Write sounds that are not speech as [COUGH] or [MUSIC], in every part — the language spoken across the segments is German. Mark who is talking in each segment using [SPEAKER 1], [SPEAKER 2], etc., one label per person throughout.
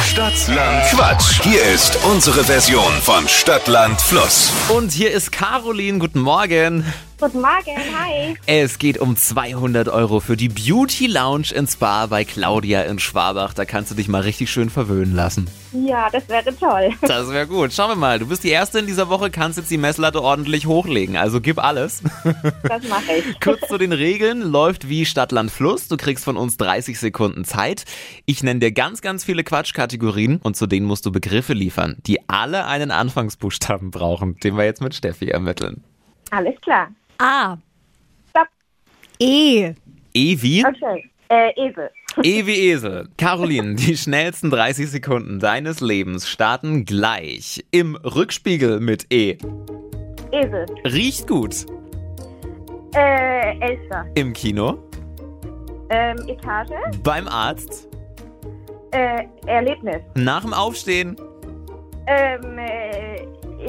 [SPEAKER 1] Stadtland Quatsch. Hier ist unsere Version von Stadtland Fluss.
[SPEAKER 2] Und hier ist Caroline. Guten Morgen.
[SPEAKER 3] Guten Morgen, hi.
[SPEAKER 2] Es geht um 200 Euro für die Beauty Lounge in Spa bei Claudia in Schwabach. Da kannst du dich mal richtig schön verwöhnen lassen.
[SPEAKER 3] Ja, das wäre toll. [LAUGHS]
[SPEAKER 2] Das wäre gut. Schauen wir mal. Du bist die Erste in dieser Woche, kannst jetzt die Messlatte ordentlich hochlegen. Also gib alles. [LAUGHS]
[SPEAKER 3] Das mache ich.
[SPEAKER 2] Kurz zu den Regeln. Läuft wie Stadtland Fluss. Du kriegst von uns 30 Sekunden Zeit. Ich nenne dir ganz, ganz viele Quatschkategorien und zu denen musst du Begriffe liefern, die alle einen Anfangsbuchstaben brauchen, den wir jetzt mit Steffi ermitteln.
[SPEAKER 3] Alles klar.
[SPEAKER 4] A.
[SPEAKER 3] Stopp.
[SPEAKER 4] E.
[SPEAKER 2] E wie?
[SPEAKER 3] Okay. Äh, Esel.
[SPEAKER 2] E wie Esel. Caroline, die schnellsten 30 Sekunden deines Lebens starten gleich im Rückspiegel mit E.
[SPEAKER 3] Esel.
[SPEAKER 2] Riecht gut.
[SPEAKER 3] Äh, Elster.
[SPEAKER 2] Im Kino,
[SPEAKER 3] Ähm, Etage.
[SPEAKER 2] beim Arzt,
[SPEAKER 3] Äh, Erlebnis.
[SPEAKER 2] nach dem Aufstehen,
[SPEAKER 3] Ähm, äh,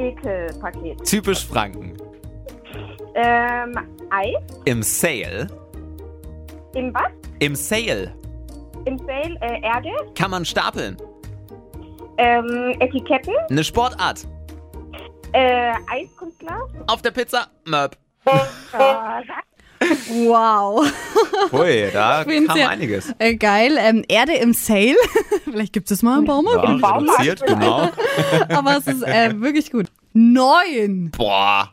[SPEAKER 3] Ekelpaket.
[SPEAKER 2] typisch Franken,
[SPEAKER 3] Ähm, Eis.
[SPEAKER 2] im Sale,
[SPEAKER 3] Im was?
[SPEAKER 2] im Sale
[SPEAKER 3] Im Sale. Äh, Erde.
[SPEAKER 2] kann man stapeln,
[SPEAKER 3] Ähm, Etiketten.
[SPEAKER 2] eine Sportart,
[SPEAKER 3] Äh, [LAUGHS] Eiskunstler.
[SPEAKER 2] auf der Pizza, Möb.
[SPEAKER 3] Äh,
[SPEAKER 4] Wow.
[SPEAKER 2] Hui, da
[SPEAKER 4] find's
[SPEAKER 2] kam
[SPEAKER 4] ja-
[SPEAKER 2] einiges.
[SPEAKER 4] Äh, geil. Ähm, Erde im Sale. [LAUGHS] Vielleicht gibt es mal
[SPEAKER 2] [LAUGHS]
[SPEAKER 4] im Baumarkt.
[SPEAKER 2] Ja,
[SPEAKER 3] Baumarkt.
[SPEAKER 2] reduziert, genau.
[SPEAKER 4] Aber es ist äh, wirklich gut. Neun.
[SPEAKER 2] Boah.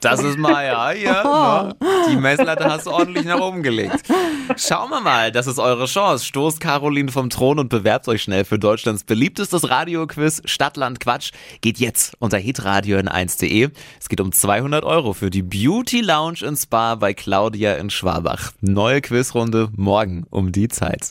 [SPEAKER 2] Das ist mal, ja, ja. ne? Die Messlatte hast du ordentlich nach oben gelegt. Schauen wir mal, das ist eure Chance. Stoßt Caroline vom Thron und bewerbt euch schnell für Deutschlands beliebtestes Radioquiz Stadtland Quatsch. Geht jetzt unter hitradio in 1.de. Es geht um 200 Euro für die Beauty Lounge in Spa bei Claudia in Schwabach. Neue Quizrunde morgen um die Zeit.